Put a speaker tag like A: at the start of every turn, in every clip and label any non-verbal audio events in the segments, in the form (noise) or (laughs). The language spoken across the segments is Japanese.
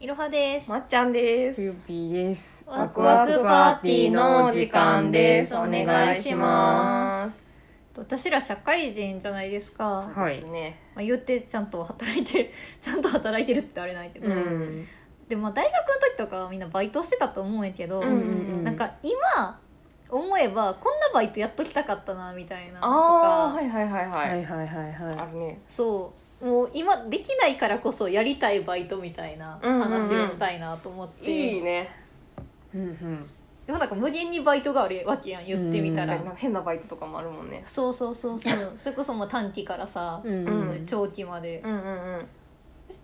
A: いろはです
B: ま。っちゃんです。
C: ゆうぴーです。
A: ワ
B: クワクパーティーの時。
C: 間です
A: お願いします私ら社会人じゃないですか。
B: そうですね。
A: まあ、言ってちゃんと働いて (laughs) ちゃんと働いてるってあれないけど、
B: うん
A: でもまあ大学の時とかはみんなバイトしてたと思うんやけど、
B: うんうん
A: なんか今思えばこんなバイトやっときたかったなみたいなとか、
B: ああー、はいはいはいは。
C: はいいはいはいは
B: あるね。
A: そうもう今できないからこそやりたいバイトみたいな
B: うんうんうん
A: 話をしたいなと思って、
B: いいね。
C: い。うんうん。
A: でもなんか無限にバイトがあるわけやん言ってみた
B: 確
A: ら、
B: かになんか変なバイトとかもあるもんね。
A: そうそうそうそうそれこそもう短期からさ、
C: うん
B: うん
A: 長期まで、
B: うんうんうん。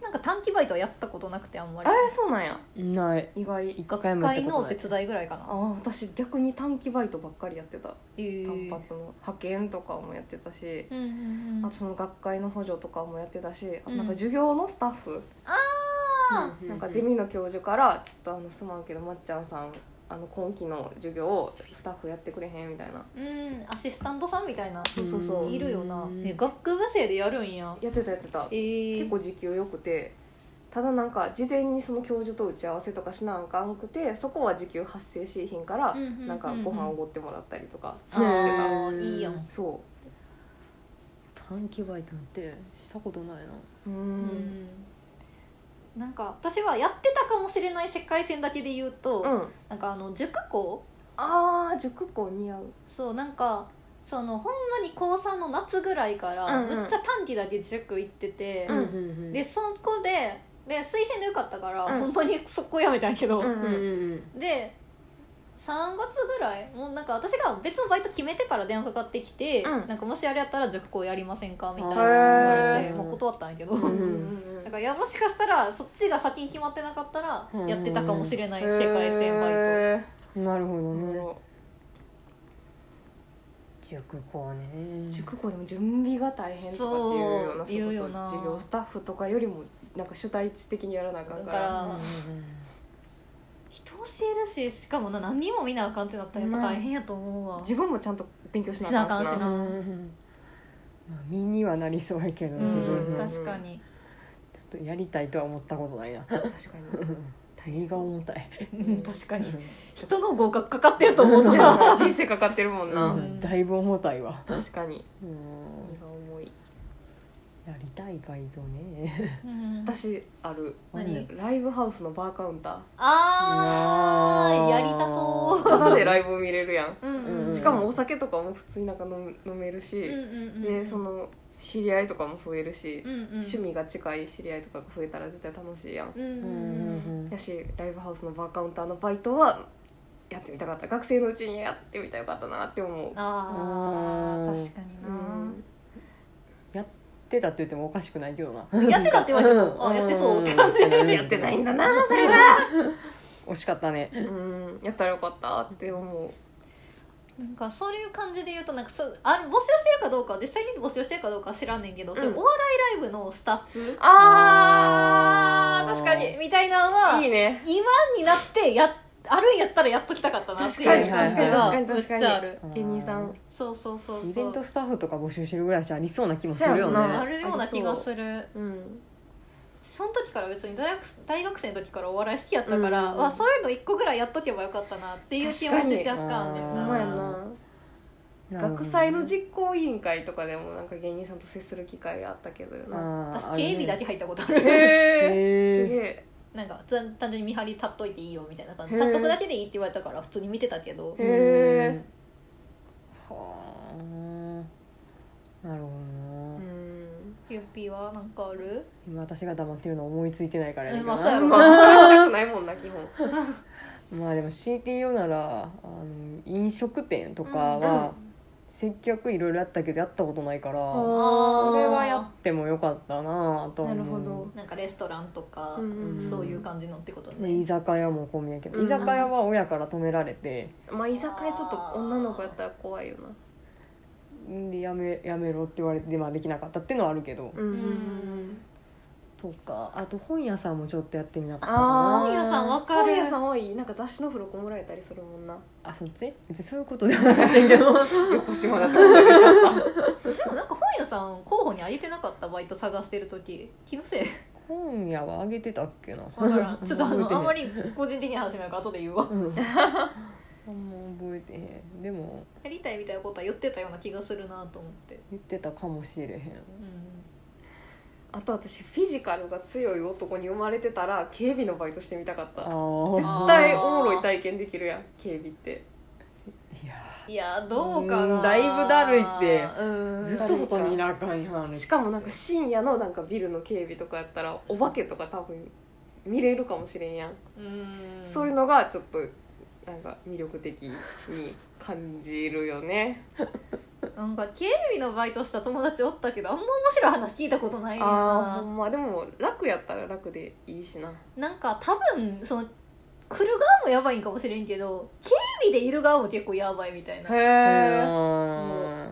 A: なんか短期バイトはやったことなくてあんま
B: え
A: り
B: ー、そうなんや。
C: うん。ない。
B: 意外。
C: 一回もやっ
A: 会
C: たこと
A: の
C: な
A: 手
C: い。
A: 伝いぐらいか
B: あ
A: な
B: あ、私逆に短期バイトばっかりやってた。
A: えー
B: 単発の派遣とかもやってたし。
A: うんうんうん
B: あとその学会の補助とかもやってたし、あと
A: うん
B: なんか授業のスタッフ、
A: あ
B: なんかゼミの教授からちょっとあのすまんけどまっちゃんさんあの今期の授業をスタッフやってくれへんみたいな
A: ーうんアシスタントさんみたいな
B: そうそうそう
A: いるよな
C: うん
A: え学部生でやるんや
B: やってたやってた
A: えー、
B: 結構時給良くてただなんか事前にその教授と打ち合わせとかしなあかんくてそこは時給発生しいひんから、
A: うんうんうんうん
B: なんかご飯おごってもらったりとかし
A: あ
B: てた、
A: ーいいやん
B: そ
C: 短期バイトなんてしたことないな。
B: ううー
A: うんなんか私はやってたかもしれない世界線だけで言うと、
B: うん、
A: なんかあの塾校
B: ああ塾校似合う
A: そうなんかそのほんまに高3の夏ぐらいから、
B: うんうん
A: むっちゃ短期だけ塾行ってて、
B: うん
C: ん
A: で。そこでで推薦でよかったから、
B: うん
A: ほんまに速攻やめたんやけど、
B: うん
C: うんうん
A: で3月ぐらいもうなんか私が別のバイト決めてから電話かかってきて、
B: うん
A: なんかもしあれやったら塾校やりませんかみたいな
C: あ
A: 言
C: ー
A: われ
C: へ
A: て、
C: ー
A: まあ、断ったんやけど、
C: うん
A: だからいやもしかしたらそっちが先に決まってなかったら
C: うん
A: やってたかもしれない世界線バイト、
B: イ
C: うん。なるほ
B: ト
C: ど
B: なる
C: ね。
B: ほ
C: 塾校ね
B: ど。塾校でも準備が大変とかっていうよう
A: そう言うよ
B: なそれこそ
A: な
B: 授業スタッフとかよりもなんか主体的にやらなあかん
A: だ
B: か
A: からら、人教えるししかもな何人も見なあかんってなったらやっぱ大変やと思うわ、
B: 自分もちゃんと勉強しなあかんし
A: しなあかんし
B: な
A: な
C: うんうんうん。まあ身にはなりそうやけど
A: うん
C: 自分
B: うん
C: のちょ
A: 確かに
C: っとやりたいとは思ったことないな。
B: 確かに
C: 荷が重たい。
A: うん確かに
C: うん
A: 人の合格かかってると思う
B: そ
A: か
B: うや
A: ら (laughs)
B: な人生かかってるもん
C: う
B: な、
C: んだいぶ重たいわ。
B: 確かに
C: うん
B: 荷が重い
C: やりたいバイトね。
A: (laughs)
B: 私ある
A: 何
B: ライブハウスのバーカウンタ
A: あーやりたそう
B: ーただでライブ見れるやん
A: うんうん
C: うん
B: しかもお酒とかも普通になんか飲む飲める
A: うん
B: し、
A: うんうん
B: でその知り合いとかも増えるし
A: う、んうん
B: 趣味が近い知り合いとかが増えたら絶対楽しいやん
A: うんうん
C: う
A: うん
C: ん
B: やしライブハウスのバーカウンターのバイトはやってみたかった学生のうちにやってみたらよかったなって思う
A: あ
C: う
A: ー
C: ん
A: 確かに
C: ってたって言ってもおかしくないけどな。
A: なやってたって言われてもあやって (laughs) そうって感じ
C: うん
B: やってないんだなそれは
C: 惜しかったね。
B: うんやったらよかったって思う
A: なんかそういう感じで言うとなんかそうあ募集してるかどうか実際に募集してるかどうかは知らんねんけど、そういうお笑いライブのスタッフ
B: あー
C: あー
B: 確かに
A: みたいなのはい
B: いね
A: 今になってやっあるんやったらやっときたかったなっていう感じ
C: 確
A: が
B: かに確か
A: めっ
B: に確かに
A: ちゃある
B: 芸人さん
A: そうそうそうそう
C: イベントスタッフとか募集してるぐらいしかありそうな気もするよ
B: そうやな
A: あ
C: ね。
A: るような気がする
B: うん
A: その時から別に大学大学生の時からお笑い好きやったから、
B: うん
A: わそういうの一個ぐらいやっとけばよかったなっていう気持ち若干あんねん
B: ほ
C: 確かに
B: ん
A: な
B: まや
C: あ
B: な
C: なるほどね
B: 学祭の実行委員会とかでもなんか芸人さんと接する機会があったけどな
C: あー
A: 私警備だけ。入ったことある、
B: へえすげ
C: へえ。
B: え
A: (laughs) なんか単単純に見張り立っといていいよみたいな感じ立っとくだけでいいって言われたから普通に見てたけど
B: へえ
C: はあ。なるほど
B: う
C: な。
B: ん
A: ゆっぴーはなんかある
C: 今私が黙ってるの思いついてないからやねんけど
A: まあ
C: な
A: そうやろ
B: まあなくないもんな基本
C: まあでも CTO ならあの飲食店とかは接客いろいろあったけどやったことないから、
B: うん
A: あー
C: それはやってもよかったなとは思う
B: なるほど
A: なんかレストランとか、
B: うん
A: そういう感じのってこと
C: で居
A: ね
C: 酒屋も込みやけど、
B: うん
C: 居酒屋は親から止められて
B: まあ居酒屋ちょっと女の子やったら怖いよな
C: でやめやめろって言われて、まあ、できなかったっていうのはあるけど、
B: うん
C: とかあと本屋さんもちょっとやってみなかったか
B: あ
C: な
A: 本屋さんわかる
B: 本屋さん多いなんか雑誌の付録もらえたりするもんな
C: あそっち別にそういうことではなかったんやけど
A: (laughs)
B: 横島だと思っちゃった
A: でもなんか本屋さん候補にあげてなかったバイト探してる時気のせい
C: 本屋はあげてたっけな
A: わから (laughs) んちょっとあ
C: 覚
A: の
C: えてへん
A: あんまり個人的な話になるから後で言
C: (laughs)
A: うわ
C: うんあんま覚えてへんでも
A: やりたいみたいなことは言ってたような気がするなと思って
C: 言ってたかもしれへん
A: うん
B: (laughs) あと私フィジカルが強い男に生まれてたら警備のバイトしてみたかっ
C: あ
B: た
C: あ
B: 絶対おもろい体験できるやん警備って
C: いや
A: いやどうか
C: う
A: なん
C: だいぶだるいって
A: うん
C: ずっと外にいなあかんやんあれ
B: しかもなんか深夜のなんかビルの警備とかやったらお化けとか多分見れるかもしれんやん、
A: うん
B: そういうのがちょっとなんか魅力的に感じるよね
A: なんか警備のバイトした友達おったけどあんま面白い話聞いたことないねん
B: ああ
A: な
B: ほ
A: ん
B: までも楽やったら楽でいいしな
A: なんか多分その来る側もやばいんかもしれんけど警備でいる側も結構やばいみたいな
B: へ
C: あ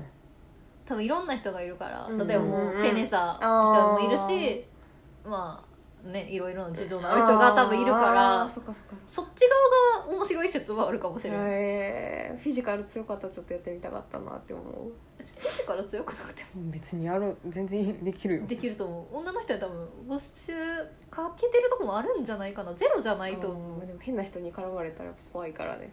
A: 多分いろんな人がいるから
B: うん
A: 例えばも
B: うん
A: う定年した人もいるしまあねいろいろな事情のある人が多分いるから
B: そっかそっか
A: そっち側が面白い説はあるかもしれない、
B: へえフィジカル強かったらちょっとやってみたかったなって思う
A: うちフィジカル強くなくても
C: 別にやろう全然できるよ
A: できると思う女の人は多分募集かけてるとこもあるんじゃないかなゼロじゃないと思う
B: うんでも変な人に絡まれたら怖いからね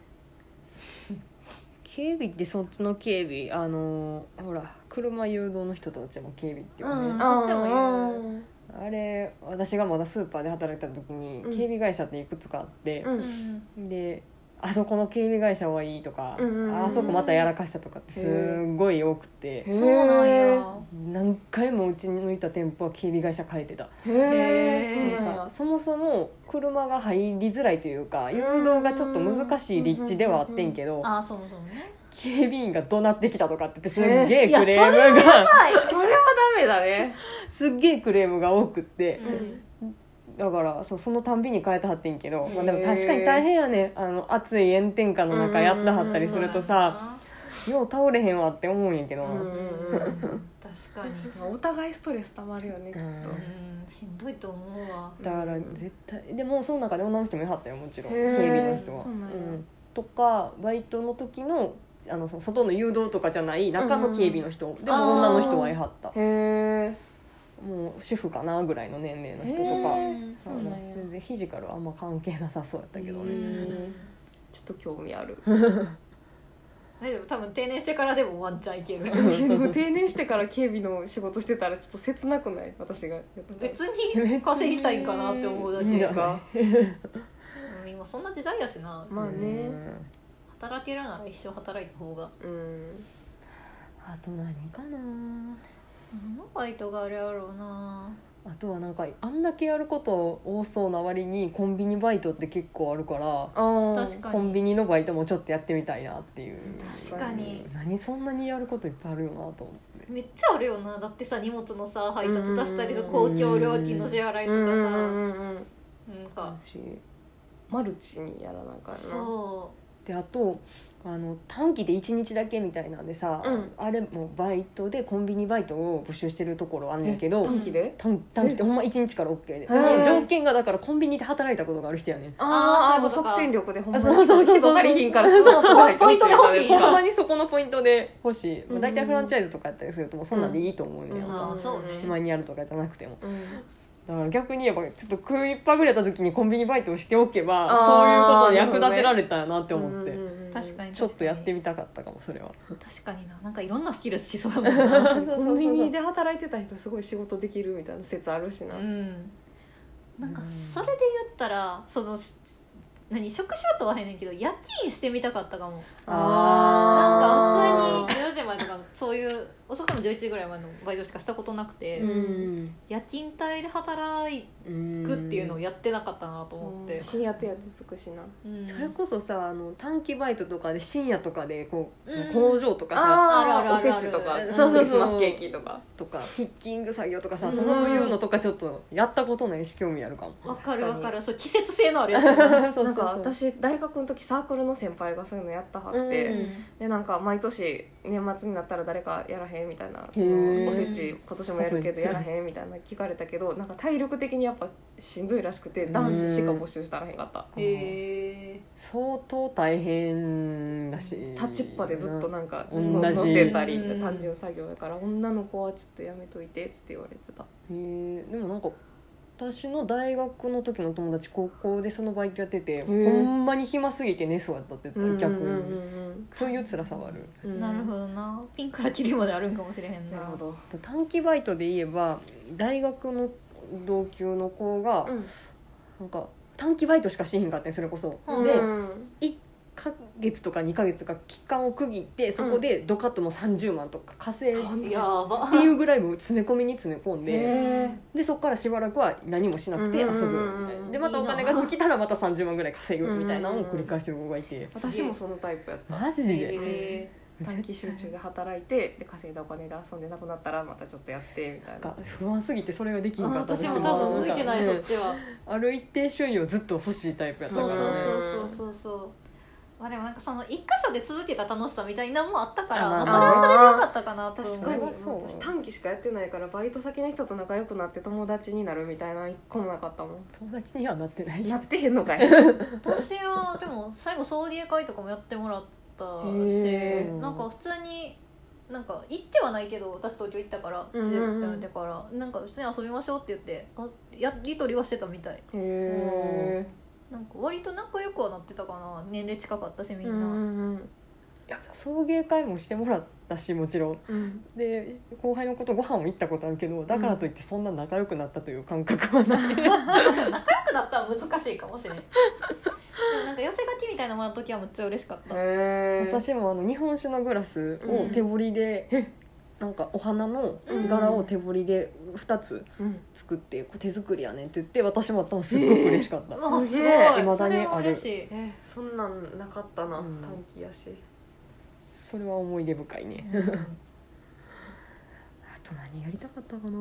C: 警備ってそっちの警備あのーほら車誘導の人たちも警備っていうかね、
A: うんそっちもいる
B: うん
C: あれ私がまだスーパーで働いてた時に、
B: うん
C: 警備会社っていくつかあって
B: う、ん
A: うん
C: であそこの警備会社はいいとか、
B: うんうんうん
C: あそこまたやらかしたとかってすんごい多くて
B: へ、
A: そうなん
B: へ
A: や
B: ー
C: 何回もうちに抜いた店舗は警備会社変えてた、
B: へ
A: へえ
B: えそうなん
C: なん
B: や
C: かそもそも車が入りづらいというか誘導がちょっと難しい立地ではあってんけど、
A: ああそうそうね
C: 警備員が怒鳴ってきたとかって言ってすっげ
A: へ
C: え
A: ーいや
C: クレームが、
A: はい、
B: それはダメだね
C: (laughs) すっげえクレームが多くって、
A: うん
C: だからそうそのたんびに変えてはってんけど、まあ、でも
B: へー
C: 確かに大変やねあの暑い炎天下の中やってはったりするとさ、よう倒れへんわって思うんやけどな、
B: うん
A: 確かに
B: まあお互いストレス溜まるよねきっ
C: うん
A: うんしんどいと思うわ
C: だから絶対でもその中で女の人もいはったよもちろん
B: へ
C: 警
B: ー
C: 備の人は。
B: そうなんや
C: んとかバイトの時のあのその外の誘導とかじゃない中の警備の人、でも女の人はいはった
B: とへ
C: もう主婦かなぐらいの年齢の
B: え
C: 人
B: そ
C: とか。
B: うなんや
C: 全然フィジカルはあんま関係なさそうやったけど
A: う
C: ね、
A: ん
B: ちょっと興味ある (laughs)
A: 大丈夫多分定年してからでもワンチャンいける
B: でも定年してから警備の仕事してたらちょっと切なくない私がやったら
A: 別に稼ぎたいんかなって思うだけ
C: 別に
A: で
B: そうか
A: うん今そんな時代やしな
B: まあね
C: うん
A: 働けるなら一生働いた方が
B: うん
C: あと何かな
A: 何のバイトがあるやろうな
C: あとはなんかあんだけやること多そうな割にコンビニバイトって結構あるから
B: あ
A: 確かに
C: コンビニのバイトもちょっとやってみたいなっていう
A: 確かに
C: 何そんなにやることいっぱいあるよなと思って
A: めっちゃあるよなだってさ荷物のさ配達出したりとか公共料金の支払い
B: うんう
A: とか
B: ん
A: さ
B: うんうん
A: なんか
C: し
B: マルチにやらなあかんな
A: そ
C: であとあの短期で1日だけみたいなんでさ、
B: うん
C: あれもバイトでコンビニバイトを募集してるところあんねんけど
B: 短期で
C: 短短期ってほんま1日から OK で
B: ー
C: 条件がだからコンビニで働いたことがある人やねん
A: あー
B: もう
A: そういうこと
B: 即
A: か
B: 戦力でほんまに
C: あそうそうそうそう
B: 人足りひんからその
A: ポイポイントで欲しい
C: ほんまにそこのポイントで欲しい、
B: う
C: まあ、
B: ん
C: 大体フランチャイズとかやったりするともうそんなんでいいと思うねんやん
A: あ
C: か
A: ーそうね
C: 前にやるとかじゃなくても
B: うん
C: だから逆にやっぱちょっと食いっぱぐれた時にコンビニバイトをしておけばそういう
B: あー
C: ことに役立てられたらなって思って、
B: うんうんうん
A: う確かに
C: ちょっとやってみたかったかもそれ
B: (laughs)
C: は
A: 確かにななんかいろんなスキルつきそうやもんな
B: コンビ
A: (laughs)
B: ニで働いてた人すごい仕事できるみたいな説あるしな、
A: うんなんかそれで言ったらそのし何職種とは変ねんけど夜勤してみたかったかもなんか
B: あ
A: 普通に14時までとかそういう遅くても11時ぐらいまでのバイトしかしたことなくて、
B: うん
A: 夜勤帯で働くっていうのをやってなかったなと思って、
B: 深夜手当つくしな
A: うん
C: それこそさあの短期バイトとかで深夜とかでこう、
A: うん
C: 工場とかさ
A: あるある
B: お
A: ある
B: せ
A: ある
B: ちとか
C: そうそうそう
B: クリスマスケーキとか
C: とかピッキング作業とかさ、
A: うん
C: そういうのとかちょっとやったことないし興味あるかも
A: わかるわか
C: る
A: るそう季節性のあるやつ
C: そう
A: が、
C: (laughs) そうそう
B: なんか私大学の時サークルの先輩がそういうのやったはっ
A: う
B: て、
C: うん
A: ん、
B: でなんか毎年年末になったら誰かやらへんみたいな
C: ー
B: おせち今年もやるけどやらへんみたいな聞かれたけどなんか体力的にやっぱしんどいらしくて男子しか募集したらへんかった
A: へえ
C: 相当大変だし
B: 立ちっぱでずっとなんか
C: 同じ
B: 乗せたり
A: うん
B: 単純作業だから女の子はちょっとやめといてっつって言われてた
C: へえでもなんか私の大学の時の友達高校でそのバイトやってて、
B: ー
C: ほんまに暇すぎて寝そうやったって言った、逆に、
B: に
C: そういう辛さはある
A: なるほどなピンからキリまであるんかもしれへんな
B: なるほど
C: 短期バイトで言えば大学の同級の子が、なんか短期バイトしかしへんかったんそれこそ、
A: うん
C: で
B: うん
C: 1ヶ月とか2ヶ月とか期間を区切ってそこでドカッともう30万とか稼いで、
B: 30
C: っ
B: ば
C: ていうぐらいもう詰め込みに詰め込んで、
B: へー
C: でそこからしばらくは何もしなくて遊ぶみたい
B: うんうんうん
C: な、でまたお金が尽きたらまた30万ぐらい稼ぐみたいなのを繰り返してる子がいて、
B: 私もそのタイプやっ
C: マジで、
A: え
B: た短期集中で働いてで稼いだお金で遊んでなくなったらまたちょっとやってみたいな
C: な
B: ん
C: か不安すぎてそれができ
A: ー
C: ん
A: あ
C: かった
A: 私も多分向いてない、
C: 私
A: そ
C: も
A: っちは
C: ある一定収入をずっと欲しいタイプやった
A: そ
C: から
A: う
C: ね
A: そうそうそうそうそうまあでもなんかその一箇所で続けた楽しさみたいなのもあったからま
C: あま
A: あ
C: あ
A: それはそれでよかったかなと思う
B: 確かに
C: それはそう
B: 私短期しかやってないからバイト先の人と仲良くなって友達になるみたいな一個もなかったもん
C: 友達にはなってない
B: やってへんのかい
A: 私はでも最後送迎会とかもやってもらったし
B: へ
C: ー
A: なんか普通になんか行ってはないけど私東京行ったから
B: うんうんうん
A: 連れてからなんか普通に遊びましょうって言ってあやり取りはしてたみたい
B: へえ
A: なんか割と仲良くはなってたかな年齢近かったしみ
B: み
A: んな、
B: んない
C: や送迎会もしてもらったしもちろん
B: うん
C: で後輩の子とご飯を行ったことあるけどだからといってそんな仲良くなったという感覚はない、
A: 仲良くなったら難しいかも
B: (laughs)
A: しれないでもなんか寄せ書きみたいなのもらう時はむっちゃ嬉しかった、
B: へえ
C: 私もあの日本酒のグラスを手彫りで、なんかお花の柄を手彫りで2つ作って、これ手作りやねんって言って私もあったのすっごく嬉しかった、
A: うわす
B: す
A: ご
B: げ
A: い
B: え
C: 未
A: そ
C: だに
A: れ
C: ある
A: も嬉し
B: (laughs)
A: い
B: えそんなんなかったな、
C: うん
B: 短期やし
C: それは思い出深いね
A: うん
C: あと何やりたかったかな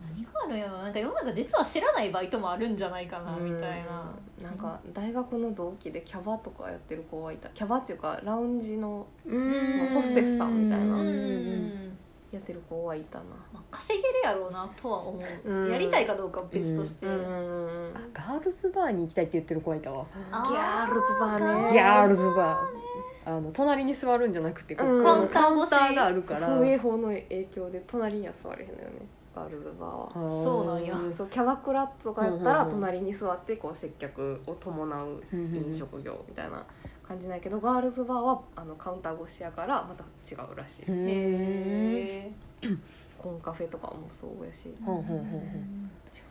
A: 何があるんやろなんか世の中実は知らないバイトもあるんじゃないかなみたいな
B: うんなんか大学の同期でキャバとかやってる子はいたキャバっていうかラウンジの
A: うん
B: ホステスさんみたいな
A: う、
B: うんやってる子はいたな
A: まあ、稼げるやろうなとは思う、
B: うん
A: やりたいかどうかは別として、
B: ん
C: あガールズバーに行きたいって言ってる子がいたわ
A: あー
B: ギャールズバーね
C: ギャールズバーあの隣に座るんじゃなくてこう
B: うん
C: この
A: カ
C: カ
A: ウ
C: ウ
A: ン
C: ン
A: タ
C: タ
A: ーが
C: ーが
A: あ
C: あ
A: る
C: る
B: そ
C: か
B: う
C: ら
B: 風営法の影響で隣には座れへんのよねガールズバーは
C: あー
A: そうなんや
B: そうキャバクラとかやったら
C: うんうんうん
B: 隣に座ってこう接客を伴う
C: うんうん
B: 飲食業みたいな感じないけどガールズバーはあのカウンター越しやからまた違うらしい
C: うん
A: へえ
B: コンカフェとかもそうやし違
C: ほうほうほうほ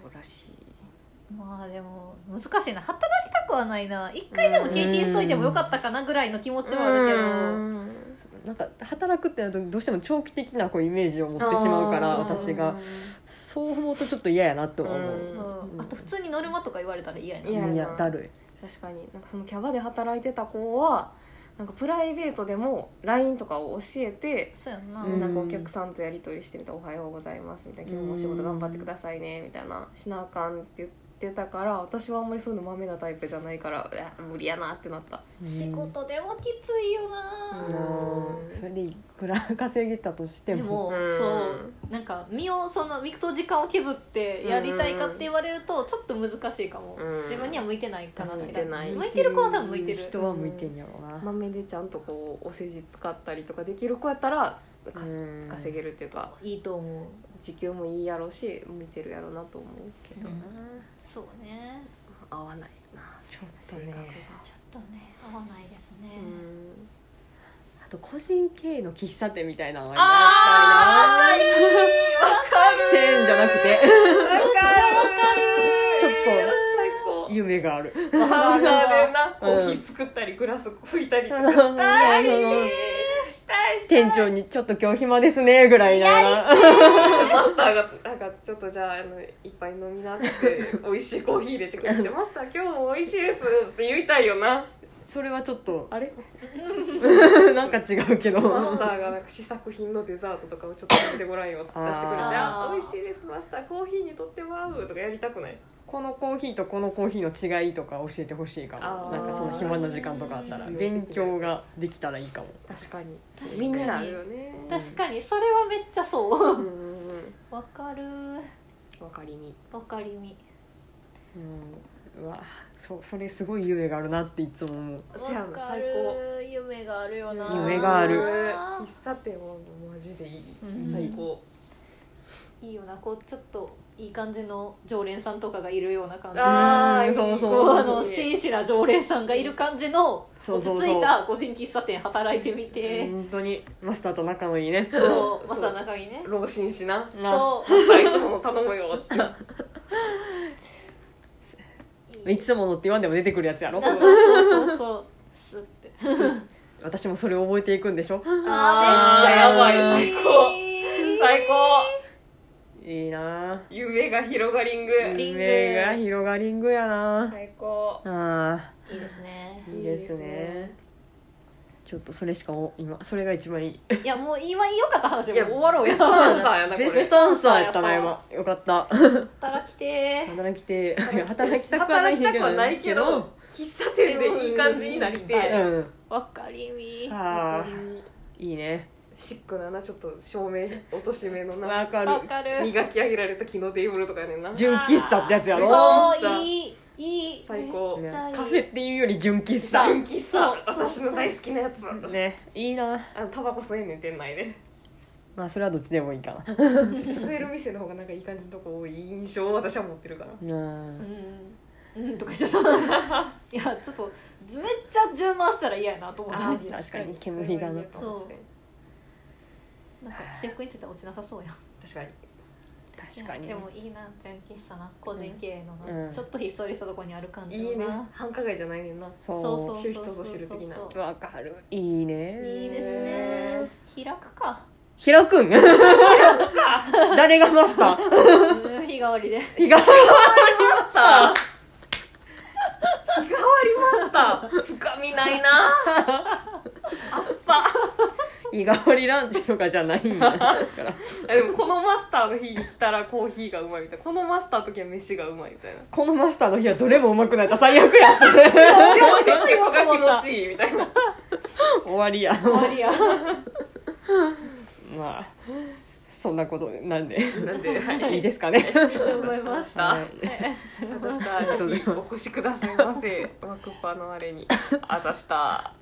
B: うらしい
A: まあでも難しいな働きたくはないな一回でも KT 急いでもよかったかなぐらいの気持ちはあるけど、
C: なんか働くってなるとどうしても長期的なこうイメージを持ってしまうから
A: あー
C: 私がそう思うとちょっと嫌やなと思
B: う
C: う、
B: ん
A: そう
C: うん
A: あと普通にノルマとか言われたら嫌やな
B: 嫌やない
C: やだる
B: 確かになんかそのキャバで働いてた子はなんかプライベートでも LINE とかを教えて
A: そうやんな、
C: うん
B: なんかお客さんとやり取りしてみたら「おはようございます」みたいな「今日もお仕事頑張ってくださいね」みたいな「しなあかん」って言ってたから私はあんまりそういうのまめなタイプじゃないから「いや無理やな」ってなった
C: い
A: 仕事でもきついよ
C: う
A: な、
C: んそれでいくら稼げたとして
A: で
C: も
A: も、
B: うん
A: そうなんか身をその身と時間を削ってやりたいかって言われるとちょっと難しいかも、
B: うん
A: 自分には向いてないかなって
B: 向いてない
A: 向いてる子は多分向いてる
C: 人は向いてんやろうな、
B: まめでちゃんとこうお世辞使ったりとかできる子やったらかす
C: うん
B: 稼げるっていうか
A: いいと思う
B: 時給もいいやろうし向いてるやろうなと思うけど、
C: うん
A: そうね
B: 合わないな
C: ちょっ
B: 性
C: と
B: 格が
C: ね
A: ちょっとね合わないですね、
B: うん
C: あと個人経営の喫茶店みたいなのが
A: あ
C: やりたいなチェーンじゃなくてちょっ
B: 最高
C: と夢がある
B: (laughs) バーナーでな
C: うん
B: コーヒー作ったりグラス拭いたりとかし
C: な
B: たい
C: るほど
B: したいしたい
C: 店長に「ちょっと今日暇ですね」ぐらいな
B: マスターがなんかちょっとじゃああの一杯飲みなって美味しいコーヒー入れてくれて「マスター今日も美味しいです」って言いたいよな
C: それはちょっと
B: あれ
C: なんか違うけど
B: マスターがなんか試作品のデザートとかをちょっと食べてごらんよって出してくれて「
A: あー
B: あ美味しいですマスターコーヒーにとっても合う」とかやりたくない
C: このコーヒーとこのコーヒーの違いとか教えてほしいか
B: あ
C: も
B: ー
C: なんかその暇な時間とかあったら
B: うん
C: 勉強ができたらいいかも
B: 確かに
A: 確かに
B: 身になるよね
A: 確かにそれはめっちゃそう
B: うんうんうん
A: わかる
B: わかりみ
A: わかりみ
C: うんうわそそれすごい夢があるなっていつも思う
B: せや
A: わ
B: な
A: か
B: 最
A: る夢があるよな
B: 高
C: 夢がある
B: 喫茶店はマジでいい
A: うん
B: 最高
A: いいよなこうちょっといい感じの常連さんとかがいるような感じ
B: あー
C: うんそうそう
A: こうあ
B: そう
A: の
B: そう
A: 真摯な常連さんがいる感じの
C: そう
A: 落ち
C: そう
A: 着
C: そう
A: いた個人喫茶店働いてみて
C: 本当にマスターと仲のいいね
A: そうまさ中身ね
B: 老心しな
A: そ
B: いつもの頼むよって
A: う
C: いつものって言わんでも出てくるやつやろ
A: あそうそうそうそうスッて
C: 私もそれを覚えていくんでしょ
B: あ
C: ー
B: めっちゃやばい最高最高
C: いいなあ
B: 夢が広がりんぐ
A: リング
C: 夢が広がリングやな
B: 最高
C: あ
A: いいですね
C: ーいいですねちょっとそれしかも今それが一番いい
A: いやもう今良かった話
B: い
A: も
B: や
A: う終わろう
B: ベ
A: や
B: ストアンサーやなこ
C: ベス
B: れ
C: トアンサーやったな今よかった
A: 働きてー
C: 働きていや働きたくはな
B: 働
C: い
B: きたくはないけど喫茶店でいい感じになり
A: け
B: て
A: ど
C: うん
A: わかりみ
C: あーいいね
B: シックななちょっと照明落とし目のな
C: わか
A: わ
C: る
A: かる
B: 磨き上げられた木のテーブルとかやねんな
C: 純喫茶ってやつやろ
A: そういいいい
B: 最高
A: めっちゃいい
C: カフェっていうより純喫茶
B: 純喫
A: そ
B: 茶
A: う
B: 私の大好きなやつ
C: ねいいな
B: あのタバコ吸えんねん店内で
C: まあそれはどっちでもいいかな
B: 吸える店の方がなんかいい感じのとこ多い印象を私は持ってるから
C: うん
A: うんうんとかしちゃったいやちょっとめっちゃ充満したら嫌やなと思った
C: あ
A: なん
C: ー
A: か
C: 確かに煙がな
A: そう
B: 確かに
A: 制服について落ちなさそうやん
B: 確かに
C: 確かに
A: でもいいな純喫茶な個人経営のな、
C: うん
A: ちょっとひっそりしたとこにある感じの
B: いいね
A: な
B: 繁華街じゃないねんな
A: そうそう
C: そ
A: そう
B: 知る
A: そう
B: 人ぞ知る的な
A: そう
C: うわかるいいね
A: いいですね開くか
C: 平くん誰がマスター
A: うん日替わりで
C: 意外
B: マスター日替わりマスター深みないな (laughs)
C: 意外りランチとかじゃないんだから
B: あでもこのマスターの日に来たらコーヒーがうまいみたいなこのマスターの時は飯がうまいみたい
A: (laughs)
B: な
C: このマスターの日はどれもうまくないた最悪やそれ
B: でもどっちもが気持ちいいみたいな
C: 終わりや
A: 終わ (laughs) りや
C: まあそんなことなんで
B: なんではい
C: いいですかね
A: と思いました
C: はい
B: また明日ぜひお越しくださいませワクパのあれにあざした